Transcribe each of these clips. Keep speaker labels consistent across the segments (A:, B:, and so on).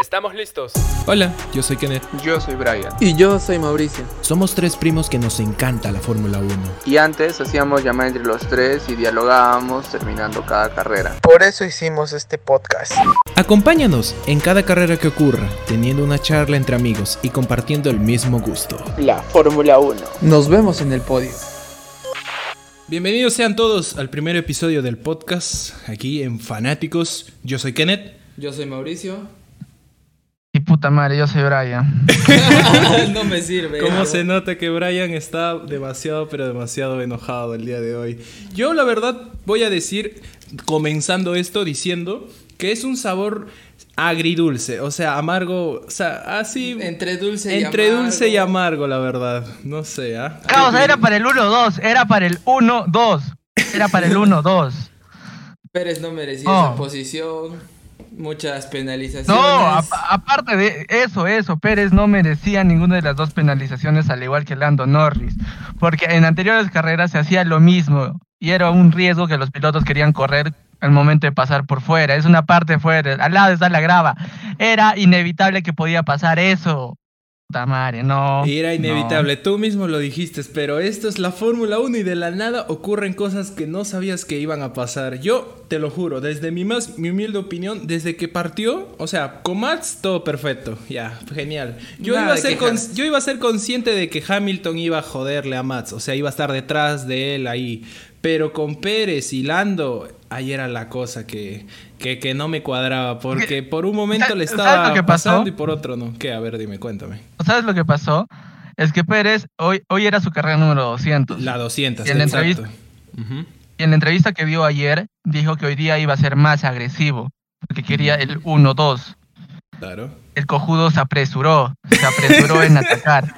A: Estamos listos.
B: Hola, yo soy Kenneth.
C: Yo soy Brian.
D: Y yo soy Mauricio.
E: Somos tres primos que nos encanta la Fórmula 1.
C: Y antes hacíamos llamada entre los tres y dialogábamos terminando cada carrera.
D: Por eso hicimos este podcast.
E: Acompáñanos en cada carrera que ocurra, teniendo una charla entre amigos y compartiendo el mismo gusto.
D: La Fórmula 1. Nos vemos en el podio.
B: Bienvenidos sean todos al primer episodio del podcast, aquí en Fanáticos. Yo soy Kenneth.
D: Yo soy Mauricio.
C: Y puta madre, yo soy Brian.
D: no me sirve.
B: ¿Cómo se nota que Brian está demasiado, pero demasiado enojado el día de hoy? Yo la verdad voy a decir, comenzando esto diciendo que es un sabor agridulce, o sea, amargo, o sea, así...
D: Entre dulce y
B: entre
D: amargo.
B: dulce y amargo, la verdad. No sé, ¿ah?
F: Causa, era para el 1-2, era para el 1-2. Era para el 1-2.
D: Pérez no merecía
F: Oh.
D: esa posición. Muchas penalizaciones.
F: No, a- aparte de eso, eso, Pérez no merecía ninguna de las dos penalizaciones, al igual que Lando Norris. Porque en anteriores carreras se hacía lo mismo y era un riesgo que los pilotos querían correr al momento de pasar por fuera. Es una parte fuera, al lado está la grava. Era inevitable que podía pasar eso. Puta madre, no.
B: Y era
F: no.
B: inevitable, tú mismo lo dijiste, pero esto es la Fórmula 1 y de la nada ocurren cosas que no sabías que iban a pasar. Yo te lo juro, desde mi más mi humilde opinión, desde que partió, o sea, con Max todo perfecto, ya, genial. Yo
D: Nada
B: iba, a
D: de
B: ser
D: quejas.
B: cons- yo iba a ser consciente de que Hamilton iba a joderle a Max, o sea, iba a estar detrás de él ahí, pero con Pérez y Lando, ahí era la cosa que, que, que no me cuadraba, porque por un momento le
F: ¿Sabes lo
B: estaba
F: que pasó?
B: pasando y por otro no. ¿Qué? A ver, dime, cuéntame.
F: ¿Sabes lo que pasó? Es que Pérez hoy, hoy era su carrera número 200.
B: La 200,
F: En la
B: exacto.
F: entrevista-
B: Ujú.
F: Y en la entrevista que dio ayer, dijo que hoy día iba a ser más agresivo, porque quería el 1-2.
B: Claro.
F: El cojudo se apresuró, se apresuró en atacar.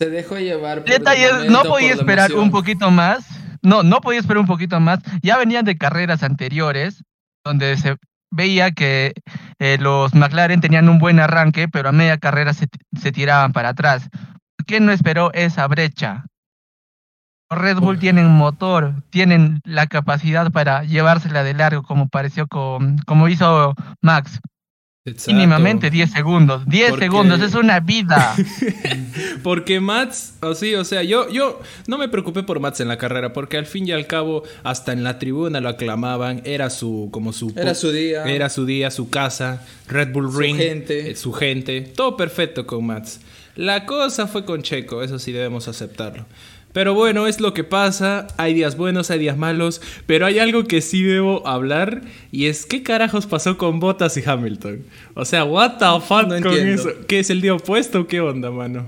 D: Se dejó llevar. por el
F: Detalle, es, no
D: momento, por
F: podía
D: la
F: esperar
D: emoción.
F: un poquito más. No, no podía esperar un poquito más. Ya venían de carreras anteriores, donde se veía que eh, los McLaren tenían un buen arranque, pero a media carrera se, ti- se tiraban para atrás. ¿Por qué no esperó esa brecha? Los Red Bull
D: Pues,
B: Uy.
F: tienen motor, tienen la capacidad para llevársela de largo, como pareció con, como hizo Max. Mínimamente 10 segundos. 10
B: Porque-
F: segundos, es una vida.
B: Porque Mats, o sí, o sea, yo, yo no me preocupé por Mats en la carrera, porque al fin y al cabo, hasta en la tribuna lo aclamaban, era su, como su...
D: Era su día.
B: Era su día, su casa, Red Bull
D: Su
B: Ring,
D: gente.
B: eh, su gente, todo perfecto con Mats. La cosa fue con Checo, eso sí debemos aceptarlo. Pero bueno, es lo que pasa, hay días buenos, hay días malos, pero hay algo que sí debo hablar y es qué carajos pasó con Bottas y Hamilton. O sea, what the fuck
D: No
B: con
D: entiendo.
B: eso? ¿Qué es el día opuesto o qué onda, mano?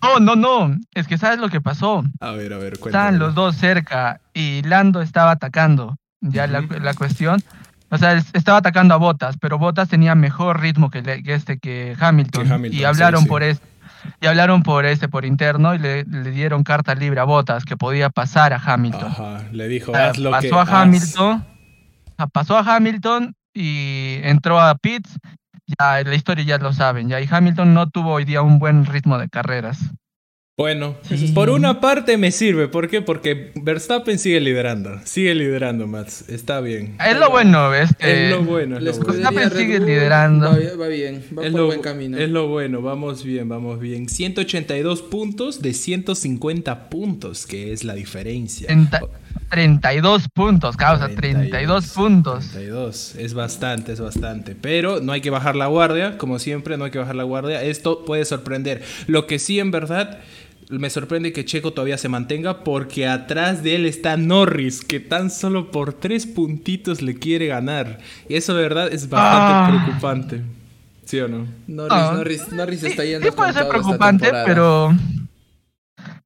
F: No, no, no. Es que sabes lo que pasó.
B: A ver, a ver, cuéntame.
F: Estaban los dos cerca y Lando estaba atacando. Ya la,
B: Ujú.
F: la cuestión. O sea, es- estaba atacando a Bottas, pero Bottas tenía mejor ritmo que, le- que este que Hamilton.
B: Que Hamilton,
F: y hablaron
B: sí, sí.
F: por este. Y hablaron por este, por interno, y le, le dieron carta libre a Bottas que podía pasar a Hamilton.
B: Ajá, le dijo,
F: O sea,
B: haz Ah, lo
F: Ah, pasó
B: que
F: a
B: haz".
F: Hamilton. ah, Pasó a Hamilton y entró a Pitts. Ya, la historia ya lo saben. Ya, y Hamilton no tuvo hoy día un buen ritmo de carreras.
B: Bueno, pues, por una parte me sirve, ¿por qué? Porque Verstappen sigue liderando, sigue liderando, Mats, está bien.
F: Es lo bueno, este.
B: es lo bueno, es
D: La
B: lo bueno.
D: escudería
F: Verstappen
D: Red
F: sigue
D: Bull
F: liderando.
D: Va, bien- va bien, va
B: Es
D: por
B: lo-
D: buen camino.
B: es lo bueno, vamos bien, vamos bien. 182 puntos de 150 puntos, que es la diferencia.
F: Treinta- 32 puntos, causa, 32, puntos.
B: 32, es bastante, es bastante. Pero no hay que bajar la guardia, como siempre, no hay que bajar la guardia. Esto puede sorprender. Lo que sí, en verdad, me sorprende que Checo todavía se mantenga porque atrás de él está Norris, que tan solo por tres puntitos le quiere ganar. Y eso, de verdad, es bastante
F: Ah.
B: preocupante. ¿Sí o no?
D: Norris,
F: Ah.
D: Norris, Norris
F: Sí,
D: está
F: sí
D: yendo
F: puede ser
D: contado esta
F: preocupante,
D: temporada.
F: pero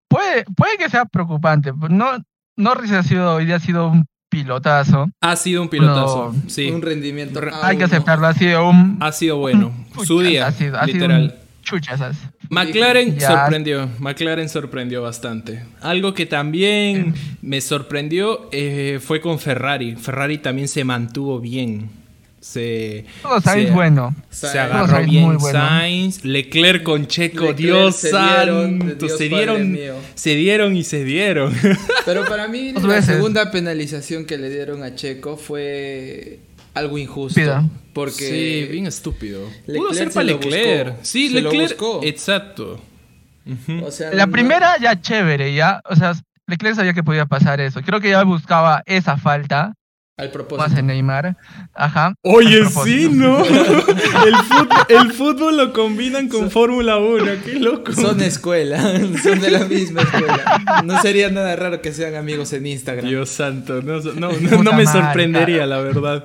F: puede, puede que sea preocupante. No, Norris ha sido, hoy día ha sido un pilotazo.
B: Ha sido un pilotazo.
F: No.
B: Sí,
D: Un rendimiento.
B: Re-
D: A
F: Hay que
D: uno.
F: aceptarlo, ha sido un
B: ha sido bueno.
F: chuchas,
B: Ah, Su día,
F: ha sido, ha sido
B: literal.
F: un chuchas.
B: McLaren
F: Ya.
B: sorprendió, McLaren sorprendió bastante. Algo que también me sorprendió eh, fue con Ferrari. Ferrari también se mantuvo bien. Se,
F: Todo sabéis
B: se-
F: bueno.
B: Se
D: Sainz.
B: agarró
F: Sainz
B: bien
F: muy bueno.
B: Sainz, Leclerc con Checo,
D: Leclerc
B: Dios
D: se dieron,
B: santo,
D: Dios
B: se
D: Padre
B: dieron,
D: mío.
B: se dieron y se dieron.
D: Pero para mí
F: Dos
D: la
F: veces.
D: segunda penalización que le dieron a Checo fue algo injusto.
F: Pida.
D: Porque
B: Sí, bien estúpido. Pudo
D: Leclerc
B: ser
D: se
B: para
D: lo
B: Leclerc.
D: buscó.
B: Sí,
D: Se lo
B: Leclerc.
D: buscó.
B: Exacto.
D: o sea,
F: La
D: no-
F: primera ya chévere, ya. O sea, Leclerc sabía que podía pasar eso. Creo que ya buscaba esa falta.
D: al
F: Más
D: propósito.
F: en Neymar. Ajá.
B: Oye,
F: A
B: sí,
F: propósito.
B: ¿no? el, fut- el fútbol lo combinan con Fórmula 1, qué loco.
D: Son escuela, son de la misma escuela. No sería nada raro que sean amigos en Instagram.
B: Dios santo, no, no, no-
F: Puta
B: no me
F: madre,
B: sorprendería, la verdad.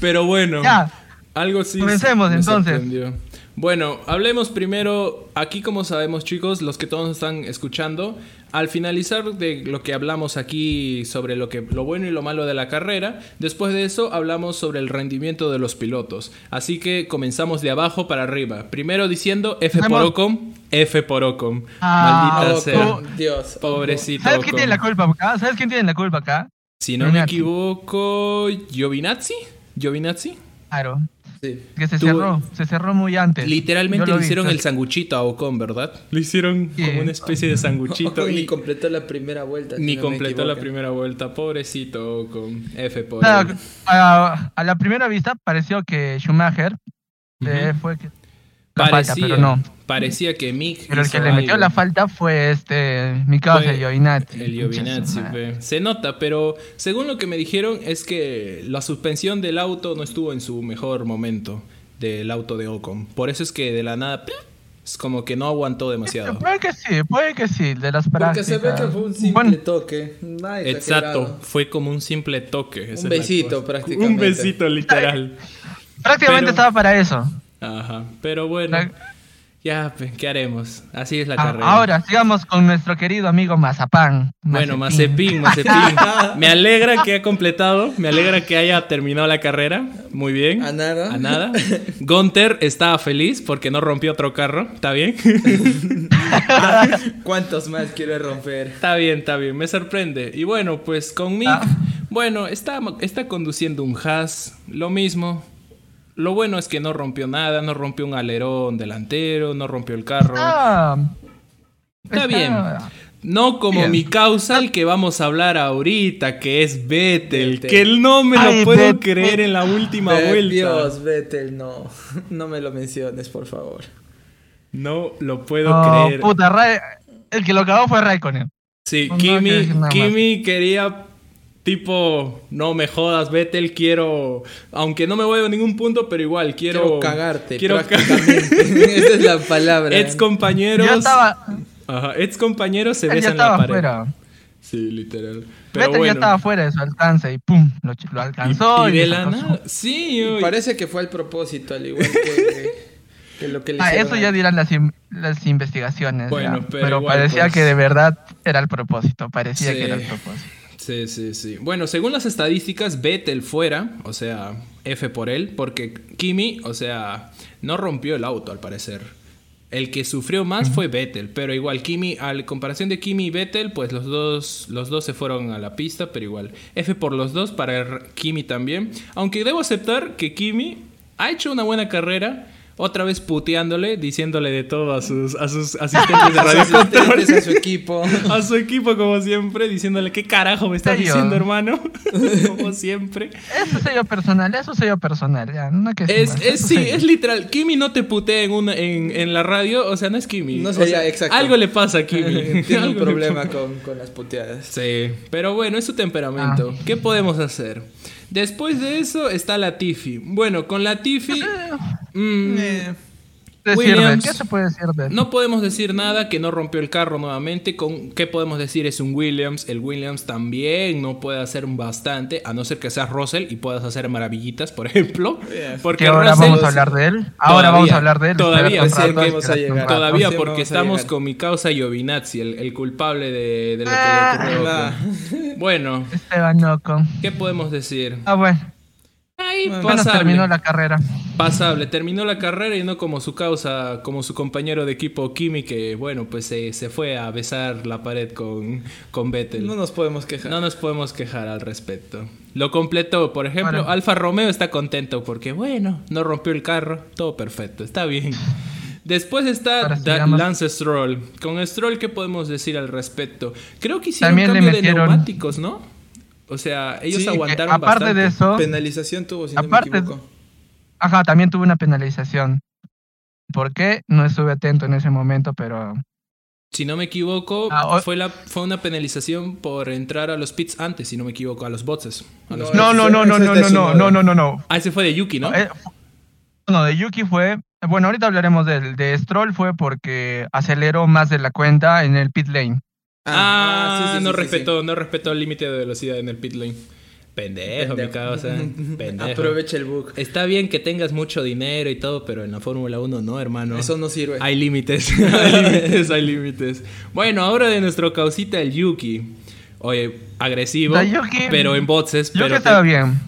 B: Pero bueno,
F: Ya.
B: algo sí.
F: Comencemos,
B: me
F: entonces.
B: sorprendió. Bueno, hablemos primero, aquí como sabemos chicos, los que todos están escuchando, al finalizar de lo que hablamos aquí sobre lo, que, lo bueno y lo malo de la carrera, después de eso hablamos sobre el rendimiento de los pilotos. Así que comenzamos de abajo para arriba. Primero diciendo F por
F: Hemos-
B: Ocon, F por Ocon.
F: Ah,
B: Maldita
D: Ocon,
B: sea.
D: Dios.
B: Pobrecito.
F: ¿Sabes quién
B: Ocon.
F: tiene la culpa acá? ¿Sabes quién tiene la culpa acá?
B: Si no me
F: Giovinazzi.
B: equivoco, Giovinazzi. Giovinazzi.
F: Claro.
D: Sí.
F: Que se
B: Tú-
F: cerró. Se cerró muy antes. Yo
B: Literalmente
F: lo
B: le
F: vi,
B: hicieron
F: yo-
B: el sanguchito a Ocon, ¿verdad? Le hicieron
F: Sí.
B: como una especie de sanguchito
D: Ojo, ni
B: y
D: completó la primera vuelta. si
B: ni
D: no me
B: completó la
D: equivoco.
B: primera vuelta. Pobrecito Ocon. F por
F: Nada,
B: él.
F: a, a la primera vista pareció que Schumacher eh, fue que- la falta,
B: Parecía,
F: pero no.
B: parecía que Mick
F: Pero el
B: hizo
F: que le metió
B: algo.
F: la falta fue este, mi causa,
B: Fue
F: el Giovinazzi.
B: El Giovinazzi,
F: Muchas-
B: pe. Se nota, pero según lo que me dijeron es que la suspensión del auto no estuvo en su mejor momento del auto de Ocon. Por eso es que de la nada ¡plip! es como que no aguantó demasiado.
F: Puede que sí, puede que sí, de las
D: Porque
F: prácticas.
D: se ve que fue un simple
F: Ah, Bueno,
D: toque. Nada exagerado.
B: Exacto, fue como un simple toque. esa es la
D: besito,
B: cosa.
D: prácticamente.
B: Un besito literal.
F: prácticamente
B: pero-
F: estaba para eso.
B: Ajá, pero bueno,
F: La-
B: ya, pe, ¿qué haremos? Así es la
F: Ah,
B: carrera.
F: ahora sigamos con nuestro querido amigo Mazapán.
B: Bueno, Mazepin, Mazepin. Me alegra que haya completado, me alegra que haya terminado la carrera. Muy bien.
D: A nada.
B: A nada. Gunter estaba feliz porque no rompió otro carro. ¿Está bien?
D: ¿Cuántos más quiero romper?
B: está bien, está bien. Me sorprende. Y bueno, pues con
F: Ah.
B: Mick, bueno, está, está conduciendo un Haas, lo mismo. Lo bueno es que no rompió nada, no rompió un alerón delantero, no rompió el carro.
F: Ah,
B: Está bien. No como
F: Bien.
B: mi causal que vamos a hablar ahorita, que es Vettel,
D: Vettel.
B: que no me lo
F: Ay,
B: puedo
F: Vettel.
B: creer en la última
D: Ve-
B: vuelta.
D: Dios, Vettel, no. No me lo menciones, por favor.
B: No lo puedo
F: No,
B: creer.
F: puta, Ra- el que lo cagó fue Raikkonen.
B: Sí,
F: No, no quiero
B: Kimi,
F: decir nada más.
B: Kimi quería tipo, no me jodas, Vettel, quiero, aunque no me voy a ningún punto, pero igual quiero,
D: Quiero, cagarte.
B: quiero ca-
D: prácticamente. Esa es la palabra.
B: ex compañeros,
F: Yo estaba,
B: ex compañeros se
F: él ya
B: besan en la
F: estaba
B: pared.
F: fuera.
B: Sí, literal. Pero
F: Vettel ya
B: bueno.
F: estaba fuera de su alcance y pum, lo, ch- lo
B: Y-
F: alcanzó.
B: y,
F: Y,
B: de
F: le
B: la
F: sacó su-
B: nada- sí,
D: Y
B: uy.
D: Parece que fue al propósito, al igual que, que lo que le
F: Ah,
D: hicieron
F: eso
D: a-
F: ya dirán las, in- las investigaciones.
B: Bueno,
F: ya.
B: pero
F: pero,
B: igual,
F: parecía
B: pues.
F: que de verdad era el propósito. Parecía
B: Sí.
F: que era el propósito.
B: Sí, sí, sí. Bueno, según las estadísticas, Vettel fuera, o sea, F por él, porque Kimi, o sea, no rompió el auto al parecer. El que sufrió más fue Vettel, pero igual Kimi, a la comparación de Kimi y Vettel, pues los dos, los dos se fueron a la pista, pero igual. F por los dos para R- Kimi también. Aunque debo aceptar que Kimi ha hecho una buena carrera, otra vez puteándole, diciéndole de todo a sus, a sus asistentes de
D: a
B: radio
D: sus asistentes, a su equipo.
B: a su equipo como siempre, diciéndole qué carajo me estás
F: Serio.
B: diciendo, hermano. como siempre.
F: Eso es sello personal, eso es sello personal. Ya, no que
B: Es,
F: más,
B: es-
F: eso
B: sí,
F: sello.
B: es literal. Kimi no te putea en, una, en, en la radio, o sea, no es Kimi.
D: No
B: O
D: sería
B: sea,
D: exacto.
B: Algo le pasa a Kimi.
D: Tiene un
B: Algo le
D: problema
B: pasa.
D: con, con las puteadas.
B: Sí, pero bueno, es su temperamento.
D: Ah.
B: ¿Qué podemos hacer? Después de eso está Latifi. Bueno, con Latifi... mm,
F: Eh, Decirle,
B: Williams.
F: ¿Qué se puede decir de
B: No podemos decir nada que no rompió el carro nuevamente. ¿Con qué podemos decir? Es un Williams. El Williams también no puede hacer un bastante, a no ser que seas Russell y puedas hacer maravillitas, por ejemplo.
D: Yeah.
B: Porque
F: Que ahora
B: Russell-
F: vamos a hablar de él. Ahora
B: Todavía,
F: vamos a hablar de él.
B: todavía,
F: espera
B: sí,
F: un rato,
B: vamos
F: espera
D: a
F: un
D: llegar.
F: rato.
B: Todavía
D: Sí,
B: porque
D: vamos a
B: estamos
D: llegar.
B: con mi causa Giovinazzi, el, el culpable de, de lo que
F: Ah.
B: le ocurrió.
D: Ah.
B: Bueno,
F: Esteban Ocon.
B: ¿qué podemos decir?
F: Ah, bueno.
B: Ahí
F: Bueno,
B: pasable.
F: terminó la carrera.
B: Pasable, terminó la carrera y no como su causa, como su compañero de equipo Kimi, que bueno, pues se, se fue a besar la pared con, con Vettel.
D: No
B: No,
D: nos podemos quejar.
B: nos podemos quejar al respecto. Lo completó, por ejemplo,
F: Bueno.
B: Alfa Romeo está contento porque bueno, no rompió el carro, todo perfecto, está bien. Después está
F: Ahora
B: Da-
F: sigamos.
B: Lance Stroll. Con Stroll, ¿qué podemos decir al respecto? Creo que hicieron
F: También le
B: cambio de
F: metieron- eh,
B: neumáticos, ¿no? O sea, ellos
D: Sí,
B: aguantaron
F: aparte
B: bastante.
F: de eso,
D: Penalización tuvo, si
F: Aparte-
D: no me equivoco.
F: ajá, también tuve una penalización. ¿Por qué? No estuve atento en ese momento, pero
B: Si no me equivoco,
F: Ah, o-
B: fue, la, fue una penalización por entrar a los pits antes, si no me equivoco, a los boxes. A los-
D: No,
F: No, no, no, no,
D: ese
F: no,
D: es de
F: no, no,
D: Tsunoda.
F: no, no, no, no.
B: Ah, ese fue de Yuki, ¿no?
F: Eh, fu- No, de Yuki fue. Bueno, ahorita hablaremos del de Stroll, fue porque aceleró más de la cuenta en el pit lane.
B: ah,
D: sí, sí,
B: no
D: sí, sí,
B: respetó, no respetó el límite de velocidad en el pit lane. Pendejo, mi causa. Pendejo.
D: Aprovecha el bug.
B: Está bien que tengas mucho dinero y todo, pero en la Fórmula 1 no, hermano.
D: Eso no sirve.
B: Hay límites, hay límites, hay límites. Bueno, ahora de nuestro causita el Yuki. Oye, agresivo,
F: La Yuki-
B: pero en boxes.
F: Yo
B: pero
F: que estaba bien.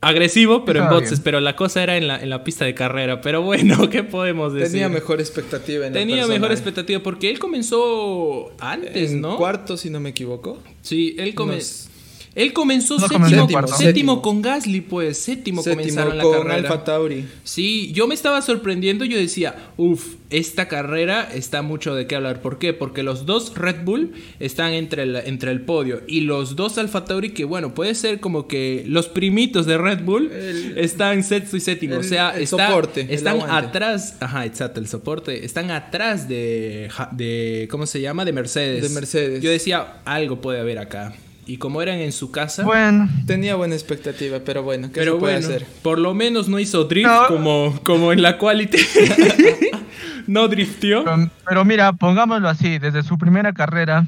B: Agresivo, pero en
F: Estaba
B: boxes.
F: bien.
B: Pero la cosa era en la, en la pista de carrera. Pero bueno, ¿qué podemos decir?
D: Tenía mejor expectativa en el
B: Tenía mejor
D: personal.
B: expectativa porque él comenzó antes,
D: En
B: ¿no?
D: cuarto, si no me equivoco.
B: Sí, él comenzó.
D: Nos-
B: Él comenzó
F: No
B: séptimo,
F: comenzó
B: séptimo,
F: cuarto.
D: Séptimo.
B: con Gasly, pues séptimo,
D: Séptimo
B: comenzaron la
D: con
B: carrera.
D: Alfa Tauri.
B: Sí, yo me estaba sorprendiendo, yo decía, uff, esta carrera está mucho de qué hablar. ¿Por qué? Porque los dos Red Bull están entre el, entre el podio y los dos Alfa Tauri, que bueno, puede ser como que los primitos de Red Bull
D: El-
B: están sexto y séptimo. o
D: el-
B: sea,
D: el
B: está-
D: soporte, el
B: están
D: aguante.
B: atrás, ajá, exacto, el soporte, están atrás de, ja- de ¿cómo se llama? De Mercedes.
D: De Mercedes.
B: Yo decía, algo puede haber acá. Y como eran en su casa...
F: Bueno,
D: Tenía buena expectativa, pero bueno, ¿qué
B: Pero
D: se puede
B: bueno,
D: hacer?
B: por lo menos no hizo drift
F: No.
B: como, como en la quality. no driftió.
F: pero, pero mira, pongámoslo así, desde su primera carrera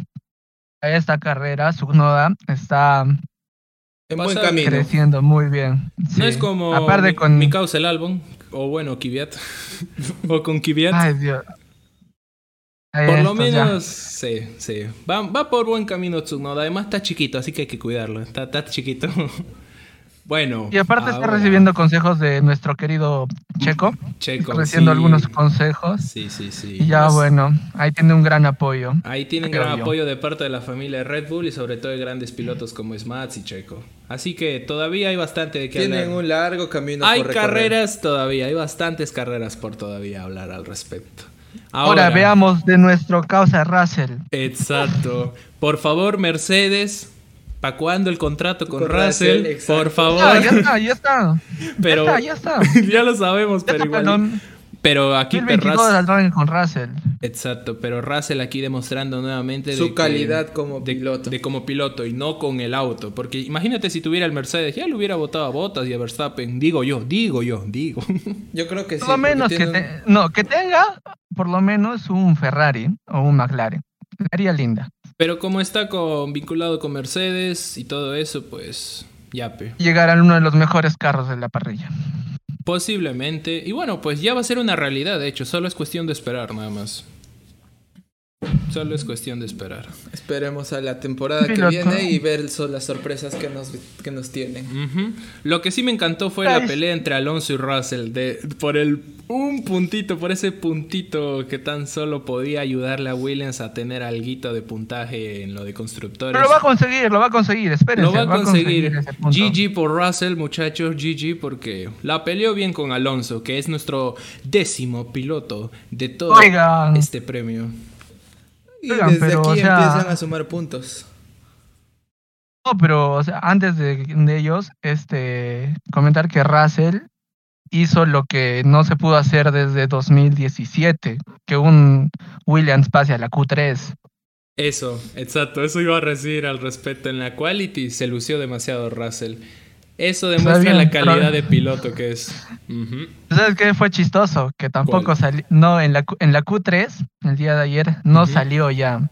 F: a esta carrera, su noda está
D: En buen
B: pasa-
D: camino.
F: creciendo muy bien. Sí.
B: No es como
F: Aparte
B: mi,
F: con...
B: mi causa el álbum. O bueno, Kiviat. o con Kiviat.
F: Ay, Dios. Ahí
B: por lo
F: estos ya.
B: menos, sí, sí. Va, va por buen camino Tsunoda. Además está chiquito, así que hay que cuidarlo. Está, está chiquito. Ah, bueno.
F: Y aparte está
B: ahora,
F: recibiendo consejos de nuestro querido Checo,
B: Checo,
F: recibiendo
B: sí.
F: algunos consejos.
B: Sí, sí, sí.
F: Y ya
B: Los-
F: bueno, ahí tiene un gran apoyo.
B: Ahí tienen
F: Creo
B: gran
F: yo.
B: apoyo de parte de la familia de Red Bull y sobre todo de grandes pilotos como Smats y Checo. Así que todavía hay bastante de qué
D: Tienen
B: hablar.
D: un largo camino
B: hay
D: por recorrer.
B: carreras todavía, hay bastantes carreras por todavía hablar al respecto.
F: Ahora, veamos de nuestro causa Russell.
B: Exacto. Por favor, Mercedes, ¿pa' cuándo el contrato con,
D: Con
B: Russell?
D: Russell, exacto.
B: Por
F: Ah,
B: favor.
F: Ya, ya está, ya está.
B: Pero-
F: Ya está, ya está.
B: ya lo sabemos,
F: Ya
B: pero
F: está,
B: igual.
F: perdón.
B: Pero aquí
F: 2022
B: Russell.
F: saldrán con Russell.
B: Exacto, pero Russell aquí demostrando nuevamente de
D: Su
B: que-
D: calidad como
B: de-
D: piloto.
B: De como piloto y no con el auto. Porque imagínate si tuviera el Mercedes, ya le hubiera votado a Bottas y a Verstappen. Digo yo, digo yo, digo.
D: Yo creo que sí.
F: Por lo
D: porque
F: menos que,
D: tiene un-
F: te- no, que tenga por lo menos un Ferrari o un McLaren. Sería linda.
B: Pero como está con, vinculado con Mercedes y todo eso, pues yape.
F: Llegar a uno de los mejores carros de la parrilla.
B: Posiblemente. Y bueno, pues ya va a ser una realidad, de hecho. Solo es cuestión de esperar nada más. Solo es cuestión de esperar.
D: Esperemos a la temporada
F: Piloto.
D: que viene y ver so- las sorpresas que nos, que nos tienen.
B: Ujú. Lo que sí me encantó fue la
F: Ay.
B: pelea entre Alonso y Russell de, por el un puntito, por ese puntito que tan solo podía ayudarle a Williams a tener alguito de puntaje en lo de constructores.
F: Pero lo va a conseguir, lo va a conseguir, espérense.
B: Lo va a conseguir.
F: ese punto.
B: GG por Russell, muchachos, GG porque la peleó bien con Alonso, que es nuestro décimo piloto de todo
F: Oigan.
B: este premio.
D: Y
F: Oigan,
D: desde
F: pero,
D: aquí
F: o sea-
D: empiezan a sumar puntos.
F: No, pero o sea, antes de, de ellos, este, comentar que Russell hizo lo que no se pudo hacer desde 2017, que un Williams pase a la Q3.
B: Eso, exacto, eso iba a decir al respecto. En la quality se lució demasiado Russell. Eso demuestra
F: bien,
B: la
F: pero-
B: calidad de piloto que es. Ujú.
F: Pues, ¿Sabes qué fue chistoso? Que tampoco
B: ¿Cuál?
F: salió, no, en la, Q- en la Q3, el día de ayer, no
B: Ujú.
F: salió ya.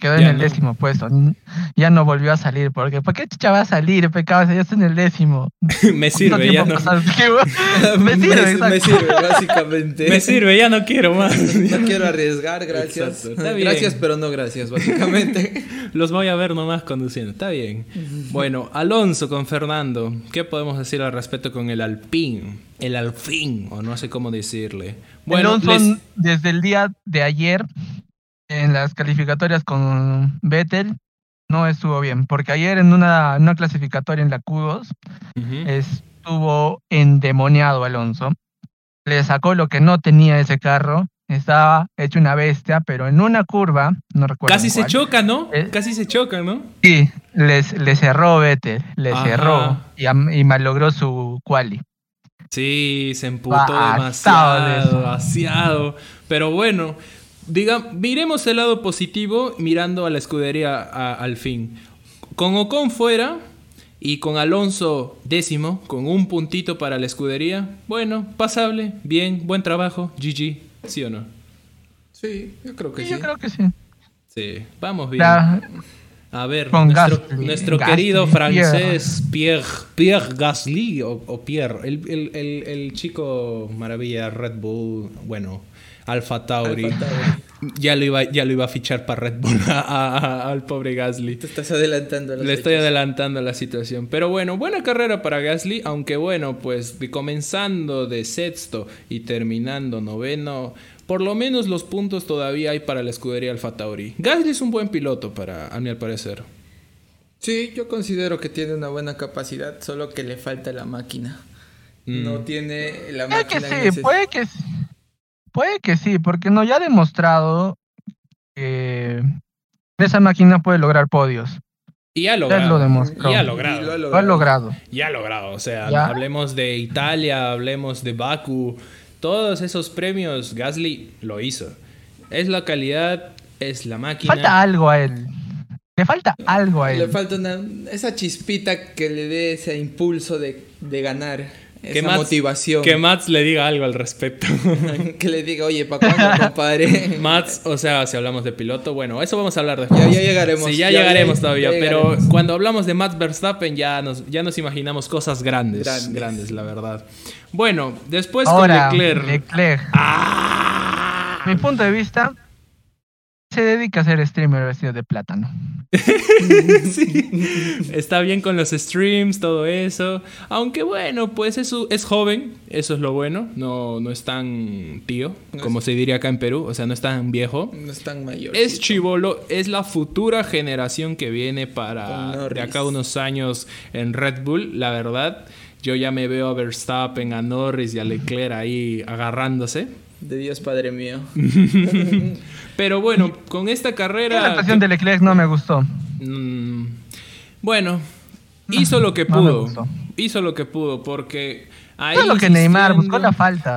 F: Quedó en
B: Ya
F: el
B: no.
F: décimo puesto. n- Ya no volvió a salir, porque ¿por qué chicha va a salir? Pecado, ya está en el décimo.
B: Me
F: ¿Cuánto
B: sirve, ya
F: tiempo
B: no.
F: pasas? me sirve, exacto.
D: me sirve, básicamente.
B: Me sirve, ya no quiero más.
D: No quiero arriesgar, gracias.
B: Exacto, está bien.
D: Gracias, pero no gracias, básicamente.
B: Los voy a ver nomás conduciendo, está bien. Bueno, Alonso con Fernando, ¿qué podemos decir al respecto con el Alpín? El Alfín, o no sé cómo decirle. Bueno,
F: Alonso,
B: les-
F: desde el día de ayer, en las calificatorias con Vettel, no estuvo bien. Porque ayer en una, en una clasificatoria en la Q2, eh,
B: Ujú.
F: estuvo endemoniado Alonso. Le sacó lo que no tenía ese carro. estaba hecho una bestia, pero en una curva, no recuerdo.
B: Casi
F: en
B: se
F: cuál,
B: choca, ¿no?
F: Eh.
B: Casi se choca, ¿no?
F: Sí, les, les cerró Vettel, les
B: Ajá.
F: cerró y, am- y malogró su quali.
B: Sí, se emputó
F: Bastado de
B: demasiado,
F: eso.
B: demasiado. Pero bueno, diga, miremos el lado positivo mirando a la escudería a- al fin. Con Ocon fuera y con Alonso décimo, con un puntito para la escudería, bueno, pasable, bien, buen trabajo, GG, ¿sí o no?
D: Sí, yo creo que
F: Sí,
D: sí.
F: yo creo que sí.
B: Pues Sí, vamos bien.
F: La-
B: A ver,
F: Con
B: nuestro,
F: Gasly,
B: nuestro
F: Gasly,
B: querido
F: Pierre.
B: francés Pierre, Pierre Gasly o, o Pierre, el, el- el- el chico maravilla Red Bull, bueno, Alfa Tauri.
D: Alfa Tauri.
B: Ya, lo iba, ya lo iba a fichar para Red Bull a- a- a- al pobre Gasly.
D: Te estás adelantando a las
B: Le estoy
D: fechas.
B: adelantando la situación. Pero bueno, buena carrera para Gasly, aunque bueno, pues de- comenzando de sexto y terminando noveno, por lo menos los puntos todavía hay para la escudería Alfa Tauri. Gasly es un buen piloto para, a mi al parecer.
D: Sí, yo considero que tiene una buena capacidad, solo que le falta la máquina.
B: Mm.
D: No tiene la
F: Puede que
D: máquina.
F: sí, puede que sí. Puede que sí, porque no ya ha demostrado que esa máquina puede lograr podios.
B: Y ha
F: Ya lo
B: logrado.
F: demostró.
B: y ha
F: lo
B: logrado.
D: Y
F: ha logrado.
B: Ya logrado, o sea,
F: Ya.
B: hablemos de Italia, hablemos de Baku, todos esos premios, Gasly lo hizo. Es la calidad, es la máquina.
F: Falta algo a él. Le falta algo a
D: Le
F: él.
D: falta una, esa chispita que le dé ese impulso de, de ganar,
B: que
D: esa
B: Mats-
D: motivación.
B: Que Mats le diga algo al respecto.
D: que le diga, oye, ¿para cuándo, compadre?
B: Mats, o sea, si hablamos de piloto, bueno, eso vamos a hablar después.
D: ya, ya llegaremos.
B: Sí, ya, llegaremos todavía,
D: ya
B: pero
D: llegaremos.
B: cuando hablamos de Matt Verstappen ya nos, ya nos imaginamos cosas grandes, grandes,
D: Grandes.
B: la verdad. Bueno, después
F: Ahora,
B: con Leclerc.
F: Leclerc.
B: ¡Ah!
F: Mi punto de vista se dedica a ser streamer vestido de plátano.
B: Sí. Está bien con los streams, todo eso. Aunque bueno, pues es, es joven, eso es lo bueno. No, no es tan tío, como se diría acá en Perú, o sea, no es tan viejo.
D: No es tan mayor.
B: Es chivolo, es la futura generación que viene
D: Con
B: para
D: Norris.
B: de acá a unos años en Red Bull, la verdad. Yo ya me veo a Verstappen, a Norris y a Leclerc ahí agarrándose.
D: De Dios, padre mío.
B: Pero bueno, con esta carrera...
F: La actuación de Leclerc no me gustó.
B: Mm, bueno, hizo lo que
F: no me
B: pudo.
F: gustó.
B: hizo lo que pudo porque... ahí
F: Todo lo que Neymar buscó la
B: insistiendo-
F: falta.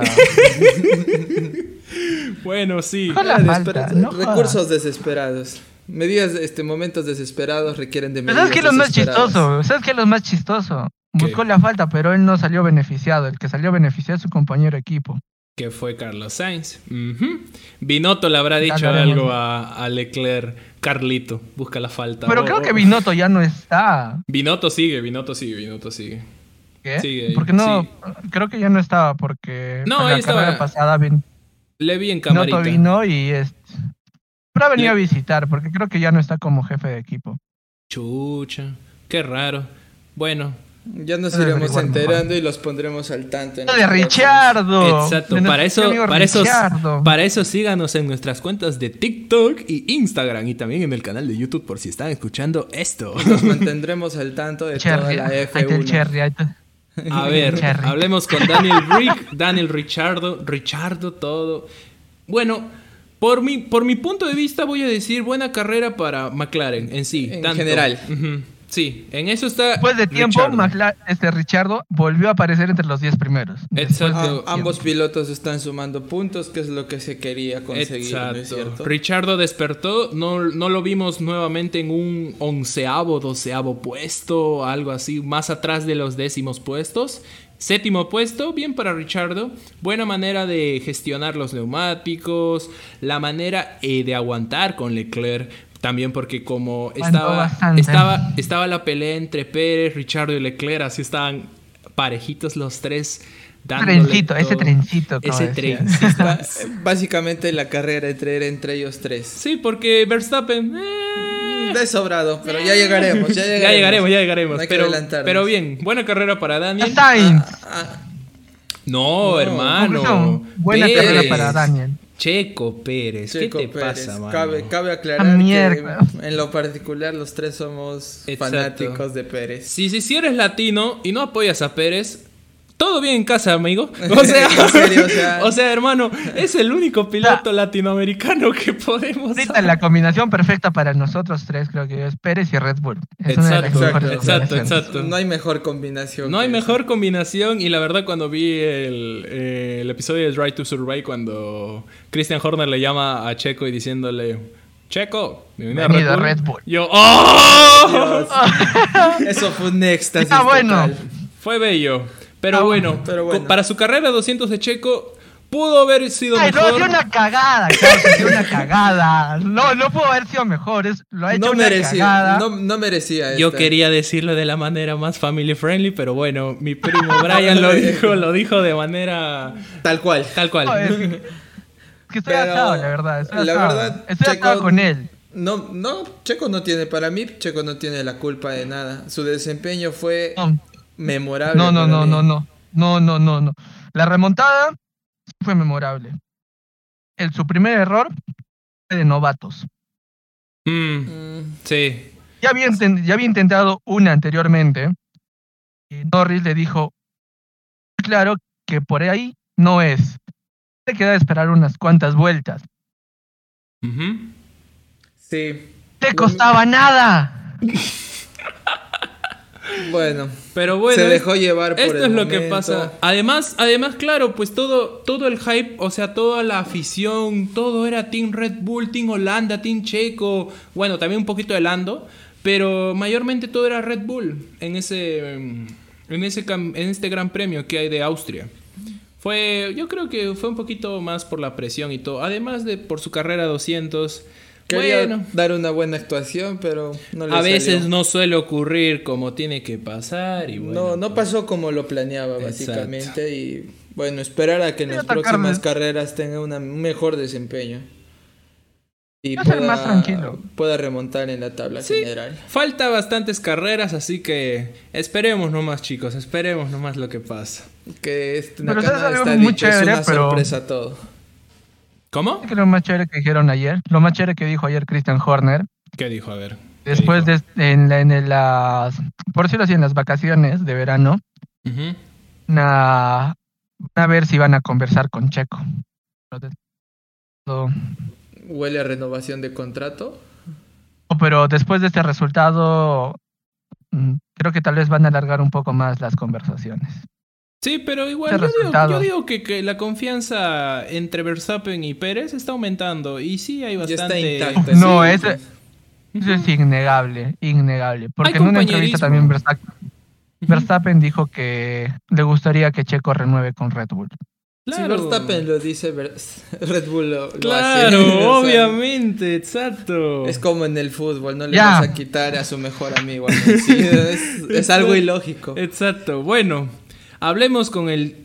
B: Bueno, sí.
F: Buscó la falta.
D: Desespera-
F: No
D: recursos
F: jodas.
D: desesperados. Medidas, este, momentos desesperados requieren de
F: Pero
D: medidas
F: ¿Sabes qué es lo más
D: desesperadas.
F: chistoso? ¿Sabes qué es lo más chistoso?
B: ¿Qué?
F: Buscó la falta, pero él no salió beneficiado. El que salió beneficiado es su compañero de equipo.
B: Que fue Carlos Sainz. Ujú. Binotto le habrá dicho
F: hablaremos.
B: algo a, a Leclerc. Carlito, busca la falta.
F: Pero
B: Oh,
F: creo
B: oh.
F: que Binotto ya no está.
B: Binotto sigue, Binotto sigue, Binotto sigue.
F: ¿Qué?
B: Sigue ahí,
F: porque no,
B: sí.
F: creo que ya no estaba, porque
B: No,
F: en
B: ahí
F: la
B: estaba.
F: carrera pasada Bin-
B: Le vi en camarita.
F: Binotto vino y es. Pero ha venido
B: Le-
F: a visitar, porque creo que ya no está como jefe de equipo.
B: Chucha, qué raro. Bueno,
D: Ya nos iremos
F: Ah, averiguar mejor.
D: enterando y los pondremos al tanto. en
F: De
D: las
F: Richardo.
B: Eh, exacto.
F: De nuestro
B: Para eso,
F: amigo
B: para eso,
F: Richardo.
B: para eso síganos en nuestras cuentas de TikTok y Instagram y también en el canal de YouTube por si están escuchando esto.
D: Nos mantendremos al tanto de
F: Cherry.
D: toda la
F: Ahí está el
D: F1.
F: Cherry. ahí está.
B: A ver,
F: Charry.
B: hablemos con Daniel Rick, Daniel Richardo, Richardo, todo. Bueno, por mi, por mi punto de vista voy a decir buena carrera para McLaren en sí.
D: En general.
B: Ujú. Sí, en eso está.
F: Después de tiempo,
B: Richardo.
F: Macla- este Richardo volvió a aparecer entre los 10 primeros.
B: Exacto.
D: Ah, ambos pilotos están sumando puntos, que es lo que se quería conseguir, ¿no es cierto?
B: Richardo despertó, no, no lo vimos nuevamente en un onceavo, doceavo puesto, algo así, más atrás de los décimos puestos. Séptimo puesto, bien para Richardo. Buena manera de gestionar los neumáticos, la manera eh, de aguantar con Leclerc. También porque como estaba,
F: bastante.
B: estaba, estaba la pelea entre Pérez, Richardo y Leclerc, así estaban parejitos los tres. dándole
F: trencito, ese
B: todo.
F: trencito, como
B: Ese
F: decía.
B: trencito.
D: Básicamente la carrera entre, era entre ellos tres.
B: Sí, porque Verstappen. eh,
D: De sobrado, pero ya llegaremos, Pues ya
B: ya
D: llegaremos.
B: llegaremos, ya llegaremos.
D: No hay que
B: pero,
D: adelantarnos.
B: pero bien, buena carrera para Daniel.
F: Sainz.
D: Ah,
B: No,
D: No,
B: hermano.
F: conclusión, buena
B: Pérez.
F: carrera para Daniel.
B: Checo Pérez,
D: Checo
B: ¿qué te
D: Pérez,
B: pasa, mano?
D: cabe, cabe
F: Ah,
D: aclarar
F: mierda.
D: que en lo particular los tres somos
B: Exacto.
D: fanáticos de Pérez.
B: Si, si, si eres latino y no apoyas a Pérez, Todo bien en casa, amigo. O sea,
D: En serio, o sea.
B: o sea, hermano, es el único piloto latinoamericano que podemos.
F: Ahorita la combinación perfecta para nosotros tres, creo que es Pérez y Red Bull. Es una de las
B: Exacto,
F: mejores
B: exacto,
F: combinaciones.
B: exacto.
D: No hay mejor combinación.
B: No hay
D: que esa.
B: mejor combinación y la verdad cuando vi el, eh, el episodio de Drive to Survive cuando Christian Horner le llama a Checo y diciéndole Checo, bienvenido
F: Bienvenido
B: a Red
F: a
B: Bull.
F: Red Bull.
B: Yo, ¡oh!
D: Dios. Eso fue un éxtasis.
F: Ah, bueno.
D: total.
B: Fue bello. Pero, bueno,
D: Ah, pero
B: co-
D: bueno.
B: para su carrera 200 de Checo pudo haber sido
F: Ay,
B: mejor.
F: no, dio una cagada, Carlos, dio una cagada. No, no pudo haber sido mejor, es- lo ha hecho
D: No
F: una
D: merecía,
F: cagada.
D: no, no merecía
B: Yo
D: esta.
B: quería decirlo de la manera más family friendly, pero bueno, mi primo Brian lo dijo, lo dijo de manera
D: Tal cual.
B: tal cual.
F: No, es que- es que estoy
D: Pero,
F: atado, la verdad. Estoy
D: la
F: atado.
D: verdad,
F: estoy
D: Checo-
F: atado con él.
D: No, no, Checo no tiene, para mí, Checo no tiene la culpa de nada. Su desempeño fue
F: No,
D: memorable.
F: no, no,
D: para
F: no,
D: mí.
F: no, no. No, no, no, no. La remontada sí fue memorable. El, su primer error fue de novatos.
B: Mm,
D: Mm,
B: sí.
F: Ya había, inten- ya había intentado una anteriormente. Y Norris le dijo, claro que por ahí no es. Te queda esperar unas cuantas vueltas.
B: Ujú.
D: Sí.
F: ¡Te costaba nada!
D: Bueno,
B: Pero bueno,
D: se
B: es-
D: dejó llevar por
B: Esto es
D: el
B: lo que
D: momento.
B: pasa. Además, además, claro, pues todo, todo el hype, o sea, toda la afición, todo era Team Red Bull, Team Holanda, Team Checo, bueno, también un poquito de Lando, pero mayormente todo era Red Bull en ese, mm, en ese, cam- en este Gran Premio que hay de Austria. Fue, yo creo que fue un poquito más por la presión y todo, además de por su carrera 200.
D: Quería
B: bueno,
D: dar una buena actuación, pero no le
B: a veces
D: salió.
B: no suele ocurrir como tiene que pasar y bueno. pues.
D: no, no pasó como lo planeaba,
B: Exacto.
D: básicamente. Y bueno, esperar a que en
F: Voy a
D: las
F: atacarme.
D: próximas carreras tenga una- un mejor desempeño. Y
F: Voy a ser más tranquilo.
D: pueda remontar en la tabla
B: Sí.
D: general.
B: Falta bastantes carreras, así que esperemos nomás, chicos, esperemos nomás lo que pasa.
D: Que es
F: Pero
D: Nakano
F: sabes algo
D: está
F: muy
D: dicho, es
F: chévere,
D: una
F: pero-
D: sorpresa todo.
B: ¿Cómo?
F: ¿Sabes qué es lo más chévere que dijeron ayer? Lo más chévere que dijo ayer Christian Horner.
B: ¿Qué dijo? A ver. ¿qué
F: Después
B: dijo?
F: de en, la- en las, por decirlo así, en las vacaciones de verano,
B: Ujú.
F: na- van a ver si van a conversar con Checo. Lo de- lo-
D: Huele a renovación de contrato.
F: No, pero después de este resultado, mm, creo que tal vez van a alargar un poco más las conversaciones.
B: Sí, pero igual
F: Este
B: yo digo,
F: resultado.
B: yo digo que, que la confianza entre Verstappen y Pérez está aumentando y sí hay
D: Ya está
B: bastante...
D: intacto.
F: No,
D: sí.
F: ese- Eso es innegable, innegable. Porque
B: Hay
F: en una entrevista también
B: compañerismo.
F: Verstappen, Verstappen dijo que le gustaría que Checo renueve con Red Bull.
D: Si
B: Claro.
D: Verstappen lo dice, Ver- Red Bull lo, lo hace.
B: Claro,
D: O sea,
B: obviamente, exacto.
D: Es como en el fútbol, no le
F: Ya.
D: vas a quitar a su mejor amigo. al vencido, es, es algo ilógico.
B: Exacto. Bueno, hablemos con el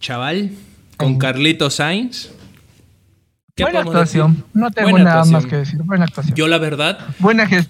B: chaval, con Carlito Sainz. ¿Qué
F: Buena
B: podemos decir?
F: actuación. No tengo
B: Buena
F: nada más
B: actuación.
F: que decir. Buena actuación.
B: Yo la verdad,
F: buena ges-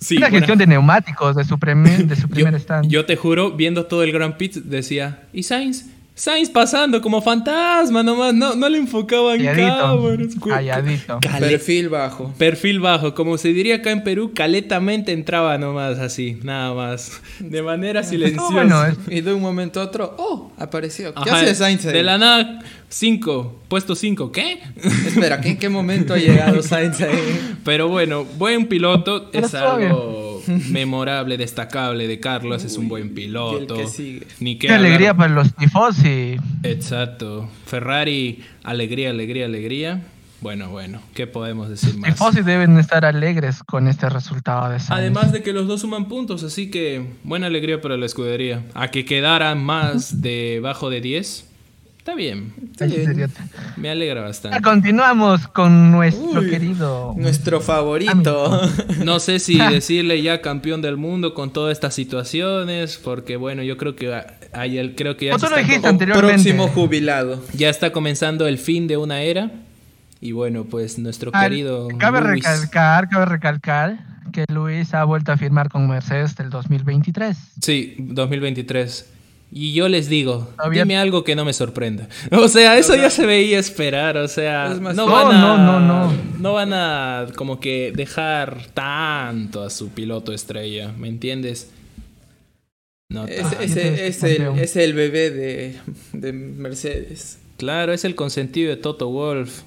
B: sí.
F: buena
B: buena-
F: gestión de neumáticos de su, primer de su
B: yo,
F: primer stand.
B: yo te juro, viendo todo el Grand Prix, decía, ¿y Sainz? Sainz pasando como fantasma nomás, no, no le enfocaban cámaras.
F: calladito.
B: cu-
F: Calladito.
B: cale-
D: Perfil bajo.
B: Perfil bajo, como se diría acá en Perú, caletamente entraba nomás así, nada más. De manera
F: Estuvo
B: silenciosa.
F: bueno, es-
D: Y de un momento a otro, ¡oh! Apareció. ¿Qué
B: Ajá,
D: hace Sainz ahí?
B: De la nada, 5, puesto 5, ¿qué?
D: Espera, ¿qué- ¿en qué momento ha llegado Sainz ahí?
B: Pero bueno, buen piloto
F: Pero
B: es
F: estuvo
B: algo memorable, destacable de Carlos, es un buen piloto.
D: y el que sigue.
B: Ni qué
F: Qué alegría
B: hablar.
F: para los tifosi.
B: Exacto. Ferrari, alegría, alegría, alegría. Bueno, bueno, ¿qué podemos decir más?
F: Tifosi deben estar alegres con este resultado de Sainz.
B: Además de que los dos suman puntos, así que buena alegría para la escudería. A que quedara más debajo de 10, está bien.
F: Eso sería-
B: Me alegra
F: Ya
B: bastante.
F: continuamos con nuestro
D: Uy,
F: querido.
D: Nuestro favorito.
B: No sé si decirle ya campeón del mundo con todas estas situaciones, porque bueno, yo creo que a- ayer creo que ya
F: Vos
B: se
F: Pues lo
B: está
F: dijiste
B: co-
F: anteriormente.
D: Próximo jubilado.
B: ya está comenzando el fin de una era. Y bueno, pues nuestro
F: Ah,
B: querido.
F: cabe
B: Luis-
F: recalcar, cabe recalcar que Luis ha vuelto a firmar con Mercedes del 2023.
B: Sí, 2023. Y yo les digo,
F: Todavía-
B: dime algo que no me sorprenda. O sea, eso ya se veía esperar. O sea,
D: Es más-
B: no,
F: No,
B: van a,
F: no, no, no.
B: no van a como que dejar tanto a su piloto estrella, ¿me entiendes? No,
D: Es,
F: Ah,
D: es-
F: yo también
D: es
F: pondría
D: el,
F: un-
D: es el bebé de, de Mercedes.
B: Claro, es el consentido de Toto Wolf.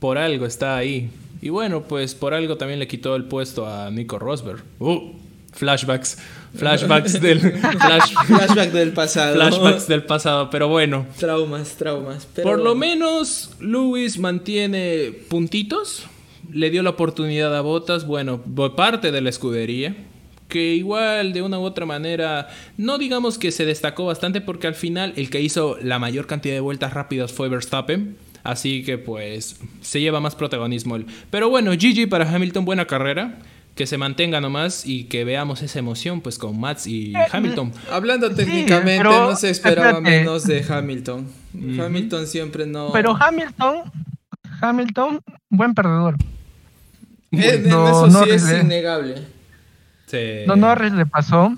B: Por algo está ahí. Y bueno, pues por algo también le quitó el puesto a Nico Rosberg. Uh, flashbacks. Flashbacks del. flash-
D: Flashback del pasado.
B: flashbacks del pasado. Pero bueno.
D: Traumas, traumas. pero
B: Por lo
D: bueno.
B: menos Lewis mantiene puntitos. Le dio la oportunidad a Botas, bueno, por parte de la escudería. Que igual de una u otra manera, no digamos que se destacó bastante porque al final el que hizo la mayor cantidad de vueltas rápidas fue Verstappen. Así que pues se lleva más protagonismo él. Pero bueno, GG para Hamilton, buena carrera. Que se mantenga nomás y que veamos esa emoción pues con Mats y
F: Eh,
B: Hamilton.
D: Hablando
F: Sí,
D: técnicamente,
F: pero-
D: no se esperaba
F: espérate.
D: menos de Hamilton. Hamilton siempre no.
F: Pero Hamilton, Hamilton, buen perdedor.
D: Eh, en
F: no,
D: eso sí
F: Norris,
D: es
F: eh.
D: innegable.
B: Se-
F: No Norris le pasó.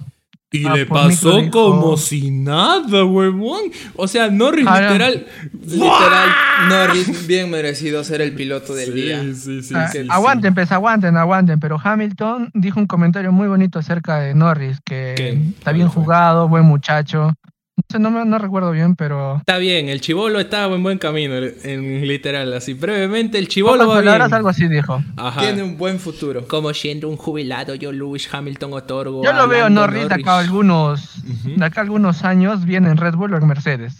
B: Y
F: Ah,
B: le
F: por mí
B: pasó
F: que dijo-
B: como si nada, huevón. O sea, Norris
F: Ah,
B: literal.
D: Literal, Norris bien merecido ser el piloto del día.
B: Sí, sí, sí,
F: Ah,
B: sí, sí.
F: aguanten, pues, aguanten, aguanten. Pero Hamilton dijo un comentario muy bonito acerca de Norris, que
B: ¿Qué?
F: está
B: ¿Cuál
F: bien
B: fue?
F: jugado, buen muchacho. No, sé, no, me- no recuerdo bien, pero...
B: Está bien, el chivolo estaba en buen camino, en literal, así. Brevemente, el
F: Pocas
B: chivolo va
F: palabras,
B: bien.
F: algo así dijo.
B: Ajá.
D: Tiene un buen futuro.
B: Como siendo un jubilado, yo Lewis Hamilton otorgo.
F: Yo
B: a
F: lo veo
B: Lando
F: Norris de acá a algunos, de acá a algunos años, viene en Red Bull o en Mercedes.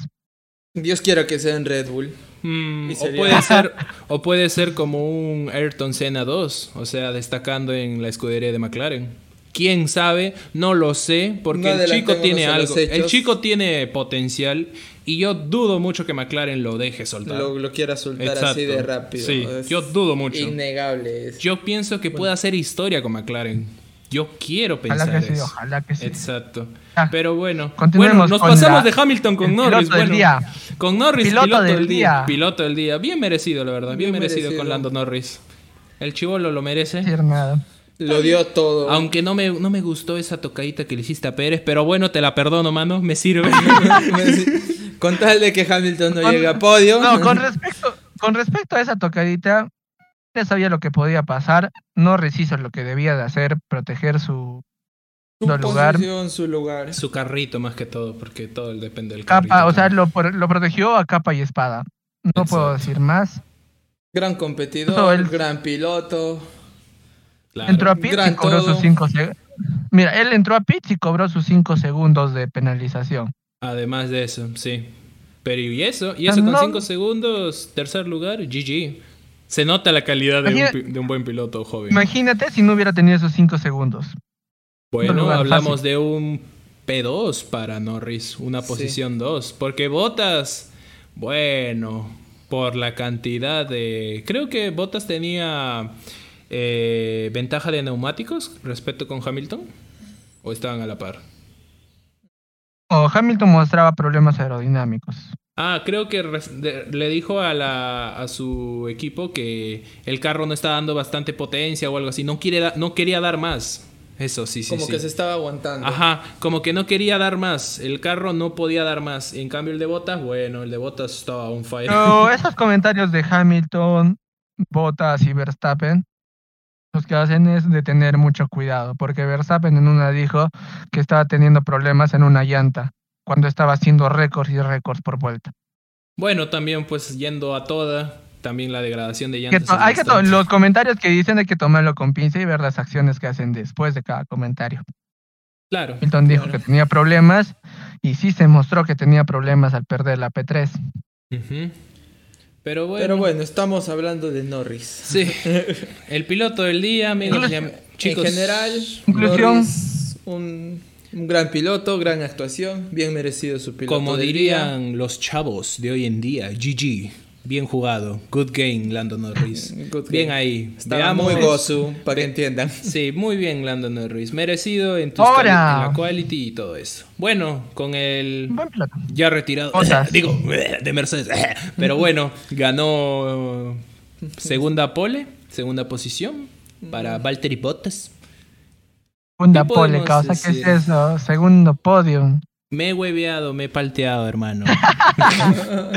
D: Dios quiera que sea en Red Bull.
B: Mm,
D: Y
B: o
D: sería-
B: puede ser, o puede ser como un Ayrton Senna 2, o sea, destacando en la escudería de McLaren. Quién sabe, no lo sé,
D: No
B: porque el chico
D: adelantémonos
B: tiene
D: a los
B: algo, el
D: hechos.
B: chico tiene potencial y yo dudo mucho que McLaren lo deje soltar.
D: Lo, lo quiera soltar así
B: Exacto.
D: de rápido.
B: Sí,
D: Es
B: yo dudo mucho.
D: Innegable es.
B: Yo pienso que puede hacer historia con McLaren. Yo quiero
F: Ojalá
B: pensar
F: que sí,
B: eso.
F: ojalá que sí.
B: Exacto.
F: Ah,
B: Pero bueno,
F: continuemos
B: bueno, nos
F: con
B: pasamos
F: la-
B: de Hamilton con
F: el
B: Norris.
F: piloto del
B: bueno,
F: día.
B: Con Norris, piloto,
F: Piloto
B: del,
F: del
B: día.
F: día.
B: Piloto del día. Bien merecido, la verdad. Bien,
D: Bien
B: merecido,
D: merecido.
B: con Lando Norris. El chivolo lo merece.
F: decir nada.
D: Lo dio todo.
B: Aunque no me, no me gustó esa tocadita que le hiciste a Pérez, pero bueno, te la perdono, mano. Me sirve.
D: Con tal de que Hamilton no
F: Con-
D: llegue a podio.
F: No, con respecto, con respecto a esa tocadita, ya sabía lo que podía pasar. Norris hizo lo que debía de hacer, proteger su
D: su
F: lugar.
D: posición, su lugar.
B: Su carrito más que todo, porque todo depende del carrito.
F: capa, o sea, lo, por- lo protegió a capa y espada. No puedo
B: Exacto.
F: decir más.
D: Gran competidor,
F: Todo el-
D: gran piloto.
B: Claro.
F: Entró a pits y
D: Gran
F: cobró
D: todo.
F: sus 5 segundos. Mira, él entró a pits y cobró sus 5 segundos de penalización.
B: Además de eso, sí. Pero y eso, y eso
F: Ah,
B: con
F: no.
B: 5 segundos, tercer lugar, GG. Se nota la calidad de un,
F: Imagina-
B: pi- de un buen piloto joven.
F: Imagínate si no hubiera tenido esos 5 segundos.
B: Bueno,
F: lugar
B: hablamos
F: fácil.
B: de un P2 para Norris, una
D: Sí.
B: posición 2, porque Botas, bueno, por la cantidad de... Creo que Botas tenía eh, ventaja de neumáticos respecto con Hamilton, o estaban a la par.
F: O Hamilton mostraba problemas aerodinámicos.
B: Ah, creo que res- de- le dijo a, la, a su equipo que el carro no está dando bastante potencia o algo así, no, quiere da- no quería dar más. Eso, sí, sí.
D: como
B: sí.
D: que se estaba aguantando.
B: Ajá, como que no quería dar más. El carro no podía dar más. En cambio, el de Botas, bueno, el de Botas estaba un fire.
F: Pero esos comentarios de Hamilton, Bottas y Verstappen, los que hacen es de tener mucho cuidado, porque Verstappen en una dijo que estaba teniendo problemas en una llanta, cuando estaba haciendo récords y récords por vuelta.
B: Bueno, también, pues yendo a toda, también la degradación de
F: Que
B: llantas.
F: to-
B: es
F: hay que to-
B: bastante.
F: los comentarios que dicen hay que tomarlo con pinza y ver las acciones que hacen después de cada comentario.
B: Claro,
F: Hamilton dijo que tenía problemas y sí se mostró que tenía problemas al perder la P3.
B: Ujú. pero bueno.
D: Pero bueno, estamos hablando de Norris.
B: Sí, el piloto del día, amigos.
F: Incluso-
B: ya- chicos,
D: en general,
F: Conclusión.
D: Norris, un, un gran piloto, gran actuación, bien merecido su piloto.
B: Como
D: del día.
B: dirían los chavos de hoy en día, GG. Bien jugado. Good game, Lando Norris.
D: Good
B: bien
D: game.
B: ahí.
D: Estaba muy
B: Veamos-
D: gozu, para que entiendan.
B: Sí, muy bien, Lando Norris. Merecido en tus
F: Ahora.
B: quali- en la quality y todo eso. Bueno, con el
F: Buen plato.
B: ya retirado,
F: Botas.
B: digo, de Mercedes, pero bueno, ganó segunda pole, segunda posición para Valtteri Bottas.
F: Segunda
B: ¿Qué
F: pole,
B: podemos
F: causa, ¿qué es
B: decir?
F: eso? Segundo podio.
B: Me he hueveado, me he palteado, hermano.
F: Ya,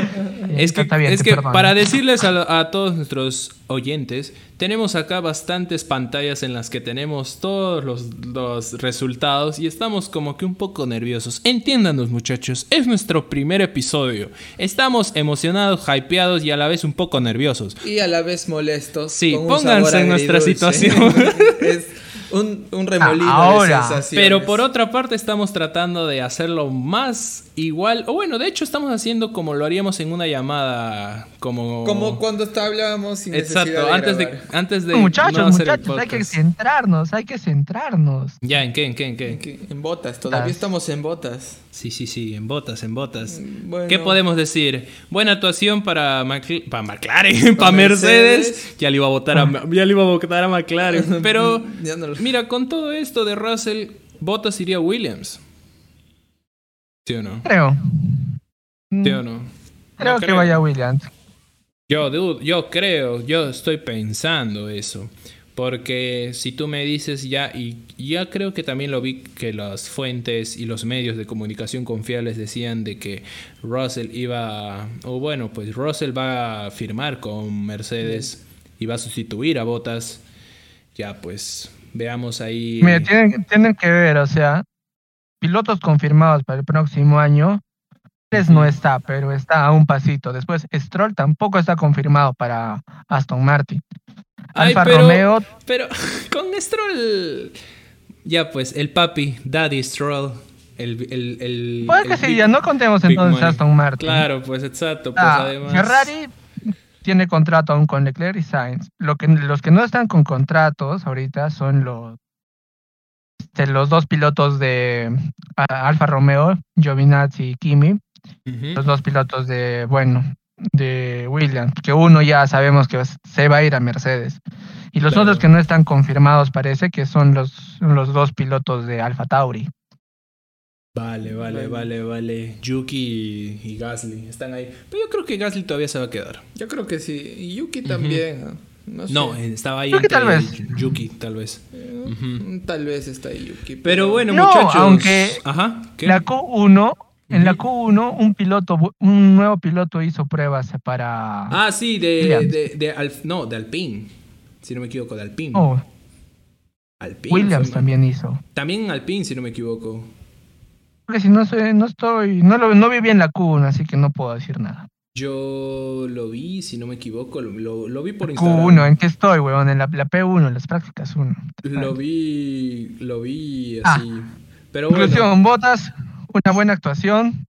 B: es que,
F: Eh, está bien,
B: es
F: te
B: que
F: perdono.
B: para decirles a, a todos nuestros oyentes, tenemos acá bastantes pantallas en las que tenemos todos los, los resultados y estamos como que un poco nerviosos. Entiéndanos, muchachos, es nuestro primer episodio. Estamos emocionados, hypeados y a la vez un poco nerviosos.
D: Y a la vez molestos.
B: Sí,
D: con un
B: pónganse
D: sabor
B: en nuestra
D: agridulce.
B: situación.
D: es un, un remolino
F: Ahora.
D: de sensaciones.
B: Pero por otra parte estamos tratando de hacerlo más igual, o bueno, de hecho estamos haciendo como lo haríamos en una llamada, como...
D: Como cuando está- hablábamos sin necesidad
B: Exacto,
D: de
B: antes de,
D: grabar.
B: antes de...
F: muchachos,
B: no hacer el
F: muchachos, hay que
B: podcast.
F: centrarnos, hay que centrarnos.
B: Ya, ¿en qué? ¿En qué? ¿En qué?
D: En que- En botas, todavía
F: Ah.
D: estamos en botas.
B: Sí, sí, sí, en botas, en botas.
D: Mm, bueno.
B: ¿Qué podemos decir? Buena actuación para, Macl- para McLaren, para
D: Pa'
B: Mercedes.
D: Mercedes.
B: Ya, le iba a votar a, Ma- ya le iba a votar a McLaren. Pero,
D: Ya no lo-
B: mira, con todo esto de Russell, Botas iría a Williams. ¿Sí o no?
F: Creo. Mm,
B: ¿Sí o no?
F: Creo
B: No
F: que
B: creo.
F: vaya Williams.
B: Yo, dudo- yo creo, yo estoy pensando eso. Porque si tú me dices ya, y ya creo que también lo vi que las fuentes y los medios de comunicación confiables decían de que Russell iba, a- o bueno, pues Russell va a firmar con Mercedes y va a sustituir a Botas. Ya, pues veamos ahí.
F: Mira, tienen, tienen que ver, o sea, pilotos confirmados para el próximo año. Pérez no está, pero está a un pasito. Después, Stroll tampoco está confirmado para Aston Martin.
B: Ay,
F: Alfa
B: pero-
F: Romeo,
B: Pero con Stroll, ya pues, el papi, Daddy Stroll, el... el, el
F: puede Pues que
B: el
F: sí,
B: big-
F: ya no contemos
B: Big
F: entonces
B: money.
F: Aston Martin.
B: Claro, pues exacto. Pues
F: Ah,
B: además.
F: Ferrari tiene contrato aún con Leclerc y Sainz. Lo que, los que no están con contratos ahorita son los, este, los dos pilotos de a- Alfa Romeo, Giovinazzi y Kimi,
B: Ujú.
F: los dos pilotos de, bueno, de Williams, que uno ya sabemos que s- se va a ir a Mercedes. Y los
B: Claro.
F: otros que no están confirmados parece que son los, los dos pilotos de Alfa Tauri.
B: Vale, vale, vale, vale. Yuki y, y Gasly están ahí. Pero yo creo que Gasly todavía se va a quedar.
D: Yo creo que sí. Y Yuki también. ¿ah? No, sé.
B: No, eh, estaba ahí.
F: Creo que
B: entre
F: tal vez.
B: Yuki, tal vez. Ujú.
D: Mm, Tal vez está ahí Yuki.
B: Pero bueno,
F: No,
B: muchachos.
F: aunque
B: Ajá. ¿qué?
F: La Q1, en la
B: Ujú.
F: Q1, un piloto, bu- un nuevo piloto hizo pruebas para.
B: Ah, sí, de,
F: Williams.
B: de, de Alf- no, de Alpine. Si no me equivoco, de Alpine.
F: Oh,
B: Alpine,
F: Williams
B: fue-
F: también hizo.
B: También Alpine, si no me equivoco.
F: Porque si no soy, no estoy, no lo, no vi bien la Q1, así que no puedo decir nada.
B: Yo lo vi, si no me equivoco, lo, lo- lo vi por Instagram.
F: Q1, ¿en qué estoy, weón? En la, la P1, en las prácticas 1.
B: Lo vi, lo vi
F: Ah.
B: así. Pero bueno.
F: Conclusión, Botas, una buena actuación.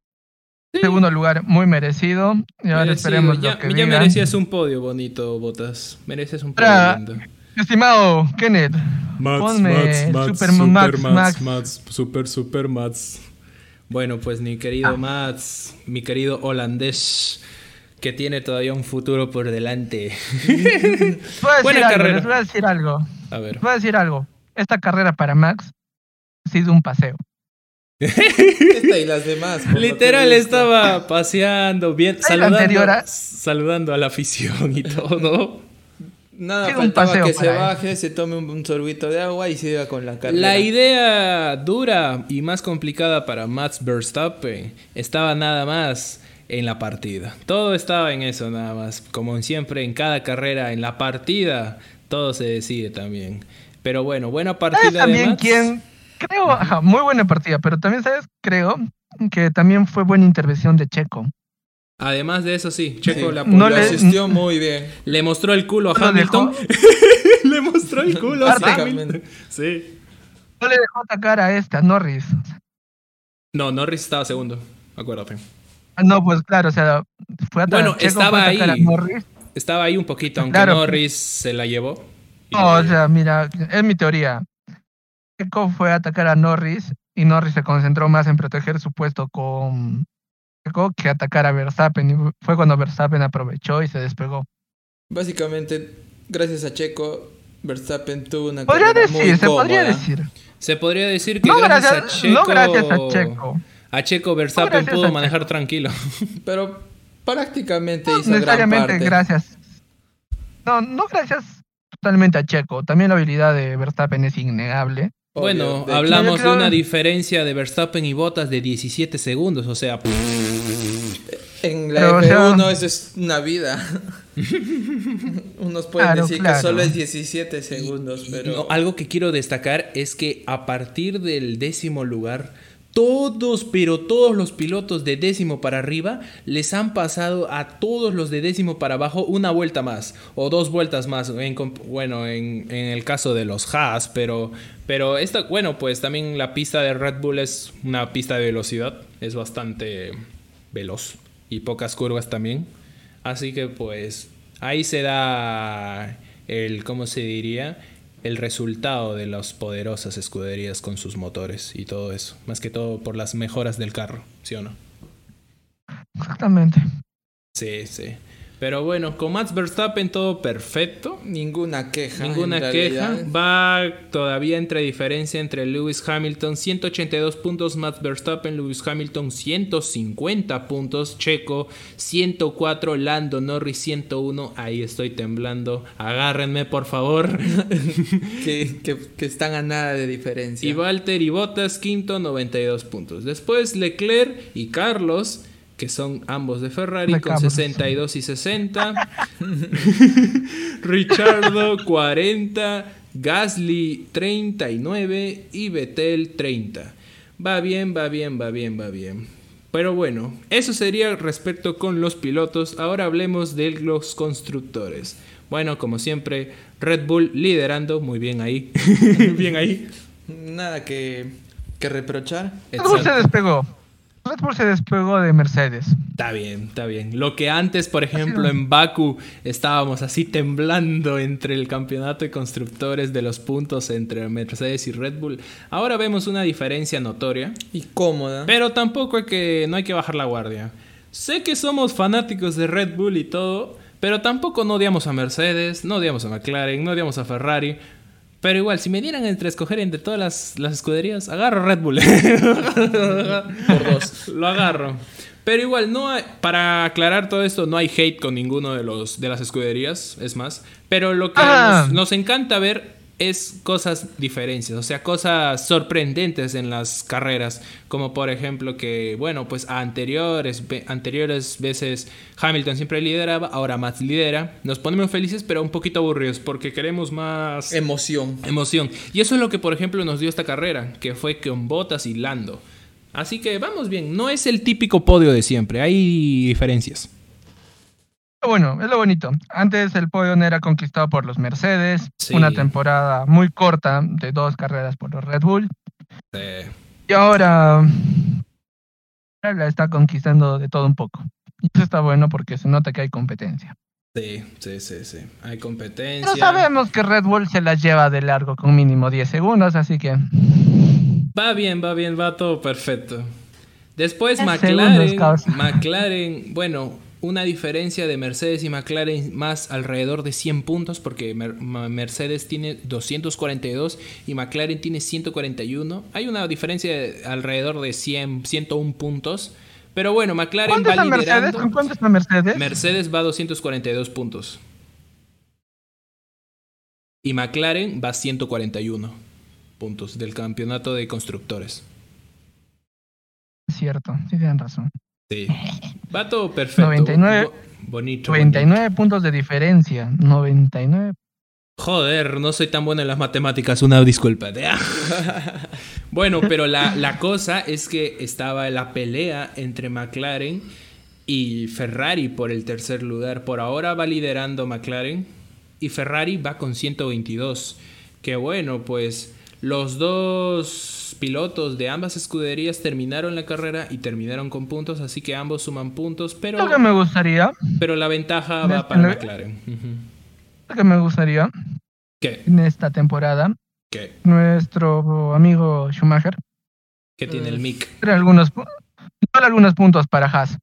B: Sí.
F: Segundo lugar, muy merecido. Y ahora
B: Merecido.
F: esperemos
B: ya,
F: lo que
B: ya
F: digan.
B: merecías un podio bonito, Botas. Mereces un podio
F: Tra-
B: lindo.
F: Estimado Kenneth, ponme Super Max, Max.
B: super, super Mats. Bueno, pues mi querido
F: Ah.
B: Mats, mi querido holandés, que tiene todavía un futuro por delante.
F: Les voy a decir
B: Buena
F: algo,
B: carrera.
F: les voy a decir algo.
B: A ver.
F: Les voy a decir algo. Esta carrera para Max ha sido un paseo.
D: Esta y las demás. por lo que
B: Literal
D: veo.
B: estaba paseando, bien,
F: Ay, la
B: saludando,
F: anterior, ah.
B: saludando a la afición y todo.
D: Nada,
F: Tiene un
D: faltaba
F: paseo
D: que se
F: para él.
D: baje, se tome un, un sorbito de agua y siga con la carrera.
B: La idea dura y más complicada para Max Verstappen estaba nada más en la partida. Todo estaba en eso nada más. Como siempre en cada carrera, en la partida, todo se decide también. Pero bueno, buena
F: ¿Sabes
B: partida de
F: también
B: Max.
F: quién? Creo, ajá, muy buena partida, pero también, ¿sabes? Creo que también fue buena intervención de Checo.
B: Además de eso sí, Checo
D: Sí.
B: la-
F: No
D: Lo
F: le-
D: asistió muy bien.
B: le mostró el culo a
F: No lo dejó.
B: Hamilton. le mostró el culo a Hamilton.
D: Básicamente.
B: Sí.
F: No le dejó atacar a esta, Norris.
B: No, Norris estaba segundo, acuérdate.
F: Ah, No, pues claro, o sea, fue a
B: Bueno, estaba
F: fue a atacar
B: ahí.
F: a Norris.
B: Estaba ahí un poquito, aunque
F: Claro.
B: Norris se la llevó.
F: No, o sea, mira, es mi teoría. Checo fue a atacar a Norris y Norris se concentró más en proteger su puesto con Checo que atacar a Verstappen. Y fue cuando Verstappen aprovechó y se despegó.
D: Básicamente, gracias a Checo, Verstappen tuvo una
F: Podría
D: carrera muy
F: decir, se podría
D: cómoda.
F: decir.
B: Se podría decir que
F: No
B: gracias,
F: gracias,
B: a Checo.
F: no gracias a Checo.
B: A Checo Verstappen
F: gracias a
B: pudo
F: Checo.
B: manejar tranquilo.
D: Pero prácticamente
F: No
D: hizo gran
F: necesariamente
D: parte.
F: gracias. No, no gracias totalmente a Checo. También la habilidad de Verstappen es innegable.
D: Obvio,
B: Bueno,
D: de-
B: hablamos
F: Yo creo-
B: de una diferencia de Verstappen y Bottas de 17 segundos, o sea, pff,
D: En la
F: Pero, o sea-
D: F1 eso es una vida. Unos pueden
F: Claro,
D: decir
F: claro.
D: que solo es 17 segundos, pero...
B: no, algo que quiero destacar es que a partir del décimo lugar, todos, pero todos los pilotos de décimo para arriba les han pasado a todos los de décimo para abajo una vuelta más o dos vueltas más. en comp- bueno, en, en el caso de los Haas, pero, pero esta, bueno, pues también la pista de Red Bull es una pista de velocidad, es bastante veloz y pocas curvas también. Así que pues ahí se da el, ¿cómo se diría? El resultado de las poderosas escuderías con sus motores y todo eso. Más que todo por las mejoras del carro, ¿sí o no?
F: Exactamente.
B: Sí, sí. Pero bueno, con Max Verstappen todo perfecto.
D: Ninguna queja.
B: Ninguna
D: en realidad.
B: queja. Va todavía entre diferencia entre Lewis Hamilton 182 puntos, Max Verstappen, Lewis Hamilton 150 puntos, Checo 104, Lando Norris 101. Ahí estoy temblando. Agárrenme, por favor.
D: Que, que- que están a nada de diferencia.
B: y Walter y Bottas quinto 92 puntos. Después Leclerc y Carlos, que son ambos de Ferrari
F: Me
B: con
F: cabros.
B: 62 y 60. Richardo 40, Gasly 39 y Vettel 30. Va bien, va bien, va bien, va bien. Pero bueno, eso sería respecto con los pilotos. Ahora hablemos de los constructores. Bueno, como siempre, Red Bull liderando, muy bien ahí. bien ahí.
D: Nada que, que reprochar.
F: Red Bull se
B: Exacto.
F: despegó. Red Bull se despegó de Mercedes.
B: Está bien, está bien. Lo que antes, por ejemplo, en Baku estábamos así temblando entre el campeonato de constructores de los puntos entre Mercedes y Red Bull, ahora vemos una diferencia notoria,
D: Y cómoda.
B: pero tampoco hay que, no hay que bajar la guardia. Sé que somos fanáticos de Red Bull y todo, pero tampoco no odiamos a Mercedes, no odiamos a McLaren, no odiamos a Ferrari. Pero igual, si me dieran entre escoger entre todas las, las escuderías, agarro Red Bull.
D: Por dos.
B: Lo agarro. Pero igual, no hay- para aclarar todo esto, no hay hate con ninguno de, los, de las escuderías, es más. Pero lo que
F: Ah.
B: nos, nos encanta ver es cosas diferencias, o sea, cosas sorprendentes en las carreras, como por ejemplo que, bueno, pues a anteriores, ve- anteriores veces Hamilton siempre lideraba, ahora Max lidera. Nos ponemos felices, pero un poquito aburridos, porque queremos más...
D: Emoción.
B: Emoción. Y eso es lo que, por ejemplo, nos dio esta carrera, que fue con Botas y Lando. Así que vamos bien, no es el típico podio de siempre, hay diferencias.
F: Pero Bueno, es lo bonito. Antes el podio no era conquistado por los Mercedes,
B: Sí.
F: una temporada muy corta de dos carreras por los Red Bull. Y ahora ahora la está conquistando de todo un poco. Y eso está bueno porque se nota que hay competencia.
B: Sí, sí, sí, sí. Hay competencia.
F: Pero sabemos que Red Bull se las lleva de largo con mínimo 10 segundos, así que
B: Va bien, va bien, va todo perfecto. Después
F: El segundo
B: McLaren,
F: es causa.
B: McLaren, bueno, una diferencia de Mercedes y McLaren más alrededor de 100 puntos porque Mer- Ma- Mercedes tiene 242 y McLaren tiene 141. Hay una diferencia de alrededor de 100, 101 puntos. Pero bueno, McLaren
F: ¿cuánto
B: va
F: está Mercedes?
B: liderando.
F: ¿Con cuánto está Mercedes?
B: Mercedes va a 242 puntos. Y McLaren va a 141 puntos del campeonato de constructores.
F: Es Cierto, sí tienen razón.
B: Sí. Va todo perfecto.
F: 99.
B: Bo- bonito.
F: 99 puntos de diferencia, 99.
B: bonito. Joder, no soy tan bueno en las matemáticas, una disculpa. bueno, pero la, la cosa es que estaba la pelea entre McLaren y Ferrari por el tercer lugar. Por ahora va liderando McLaren y Ferrari va con 122. Que bueno, pues los dos pilotos de ambas escuderías terminaron la carrera y terminaron con puntos, así que ambos suman puntos, pero...
F: Lo que me gustaría,
B: Pero la ventaja
F: Mes-
B: va para
F: lo-
B: McLaren. Ujú.
F: lo que me gustaría
B: ¿Qué?
F: en esta temporada,
B: ¿Qué?
F: nuestro amigo Schumacher
B: ¿Qué tiene el mic?
F: trae algunos, pu- igual algunos puntos para Haas.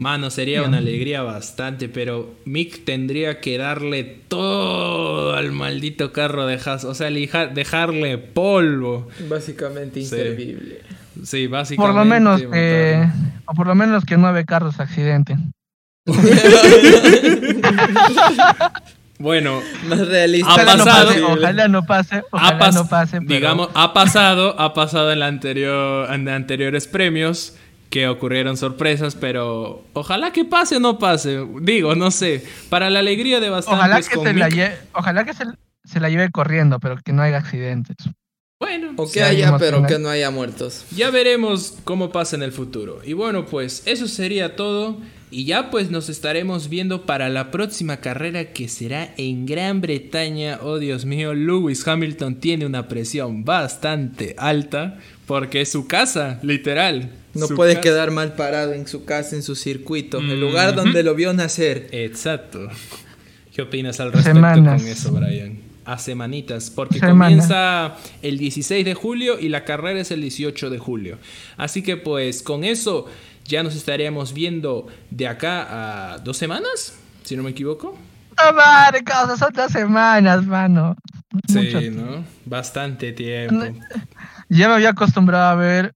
B: Mano, sería
F: Bien.
B: una alegría bastante, pero Mick tendría que darle todo al maldito carro de Haas. O sea, lija- dejarle polvo. Sí.
D: Básicamente inservible.
B: Sí, básicamente.
F: Por lo menos eh,
B: matarlo.
F: que, o por lo menos que nueve carros accidente.
B: Bueno,
D: Más realista.
B: Ha
F: Ojalá no
B: pasado.
F: pase, ojalá no pase,
B: ha,
F: ojalá
B: pas-
F: no pase. pero-
B: digamos, ha pasado, ha pasado en, la anterior, en anteriores premios que ocurrieron sorpresas, pero ojalá que pase o no pase. Digo, no sé. Para la alegría de bastantes
F: ojalá que,
B: con
F: se la
B: Mick-
F: lle- ojalá que se, se la lleve corriendo, pero que no haya accidentes.
B: Bueno,
D: O que
F: Sí,
D: haya,
F: algunos
D: pero
F: tienen-
D: que no haya muertos.
B: Ya veremos cómo pasa en el futuro. Y bueno, pues eso sería todo. Y ya pues nos estaremos viendo para la próxima carrera que será en Gran Bretaña. Oh Dios mío, Lewis Hamilton tiene una presión bastante alta porque es su casa, literal.
D: No
B: Su
D: puede
B: casa.
D: quedar mal parado en su casa, en su circuito, el
B: Mm.
D: lugar donde lo vio nacer.
B: Exacto. ¿Qué opinas al respecto
F: Semanas.
B: con eso, Brian? A semanitas, porque
F: Semana.
B: comienza el 16 de julio y la carrera es el 18 de julio. Así que pues con eso ya nos estaríamos viendo de acá a dos semanas, si no me equivoco.
F: ¡No, madre, causa! Son dos semanas, mano. Mucho
B: Sí, ¿no? Bastante tiempo.
F: Ya me había acostumbrado a ver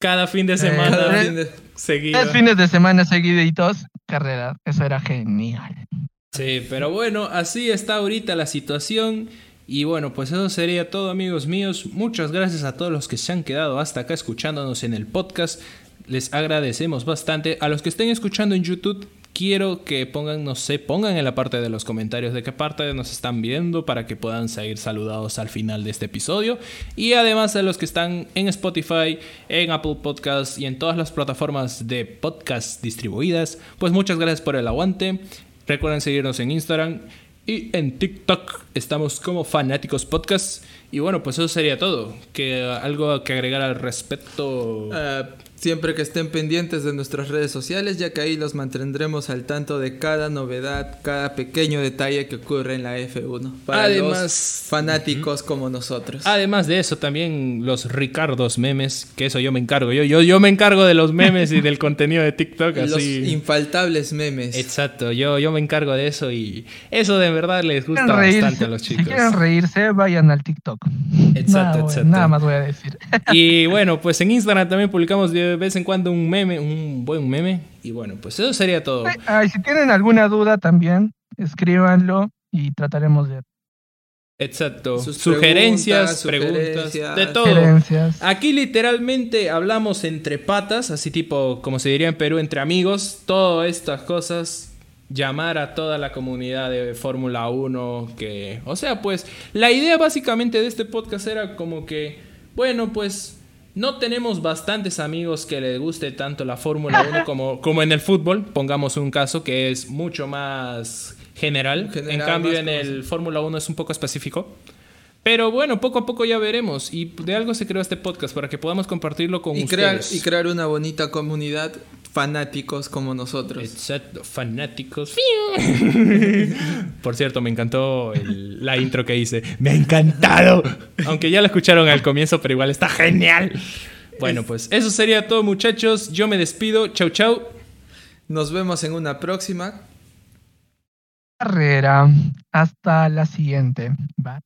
B: Cada fin de
D: Cada
B: semana
F: Eh,
D: fin de-
B: seguido.
F: tres fines de semana seguiditos carrera. Eso era genial.
B: Sí, pero bueno, así está ahorita la situación. Y bueno, pues eso sería todo amigos míos. Muchas gracias a todos los que se han quedado hasta acá escuchándonos en el podcast. Les agradecemos bastante. A los que estén escuchando en YouTube, quiero que pongan, no sé, pongan en la parte de los comentarios de qué parte nos están viendo para que puedan seguir saludados al final de este episodio. Y además a los que están en Spotify, en Apple Podcasts y en todas las plataformas de podcast distribuidas, pues muchas gracias por el aguante. Recuerden seguirnos en Instagram y en TikTok. Estamos como Fanáticos Podcast. Y bueno, pues eso sería todo. Que algo que agregar al respecto.
D: Ah, siempre que estén pendientes de nuestras redes sociales, ya que ahí los mantendremos al tanto de cada novedad, cada pequeño detalle que ocurre en la F1. Para
B: Además- Ah,
D: los fanáticos como nosotros.
B: Además de eso, también los Ricardos memes, que eso yo me encargo. Yo, yo, yo me encargo de los memes y del contenido de TikTok.
D: los
B: Así.
D: infaltables memes.
B: Exacto, yo, yo me encargo de eso y eso de verdad les gusta
F: quieren reírse-
B: bastante a los
F: si
B: chicos.
F: quieren reírse, vayan al TikTok.
B: Exacto,
F: nada, bueno,
B: exacto.
F: nada más voy a decir.
B: Y bueno, pues en Instagram también publicamos de vez en cuando un meme, un buen meme. Y bueno, pues eso sería todo.
F: Ah, y si tienen alguna duda también, escríbanlo y trataremos de
B: Exacto.
D: Sus
B: sugerencias, preguntas,
D: preguntas,
B: de
D: sugerencias.
B: todo.
F: sugerencias.
B: Aquí literalmente hablamos entre patas, así tipo, como se diría en Perú, entre amigos, todas estas cosas. Llamar a toda la comunidad de Fórmula 1 que... O sea, pues la idea básicamente de este podcast era como que, bueno, pues no tenemos bastantes amigos que les guste tanto la Fórmula 1 como, como en el fútbol. Pongamos un caso que es mucho más general. en
D: General,
B: cambio,
D: más
B: en el Fórmula 1 es un poco específico. Pero bueno, poco a poco ya veremos. Y de algo se creó este podcast para que podamos compartirlo con
D: Y crear,
B: ustedes.
D: y crear una bonita comunidad fanáticos como nosotros.
B: Exacto, fanáticos. Por cierto, me encantó el- la intro que hice. Me ha encantado. Aunque ya la escucharon al comienzo, pero igual está genial. Bueno, pues eso sería todo, muchachos. Yo me despido. Chau, chau.
D: Nos vemos en una próxima.
F: Carrera. Hasta la siguiente. Bye.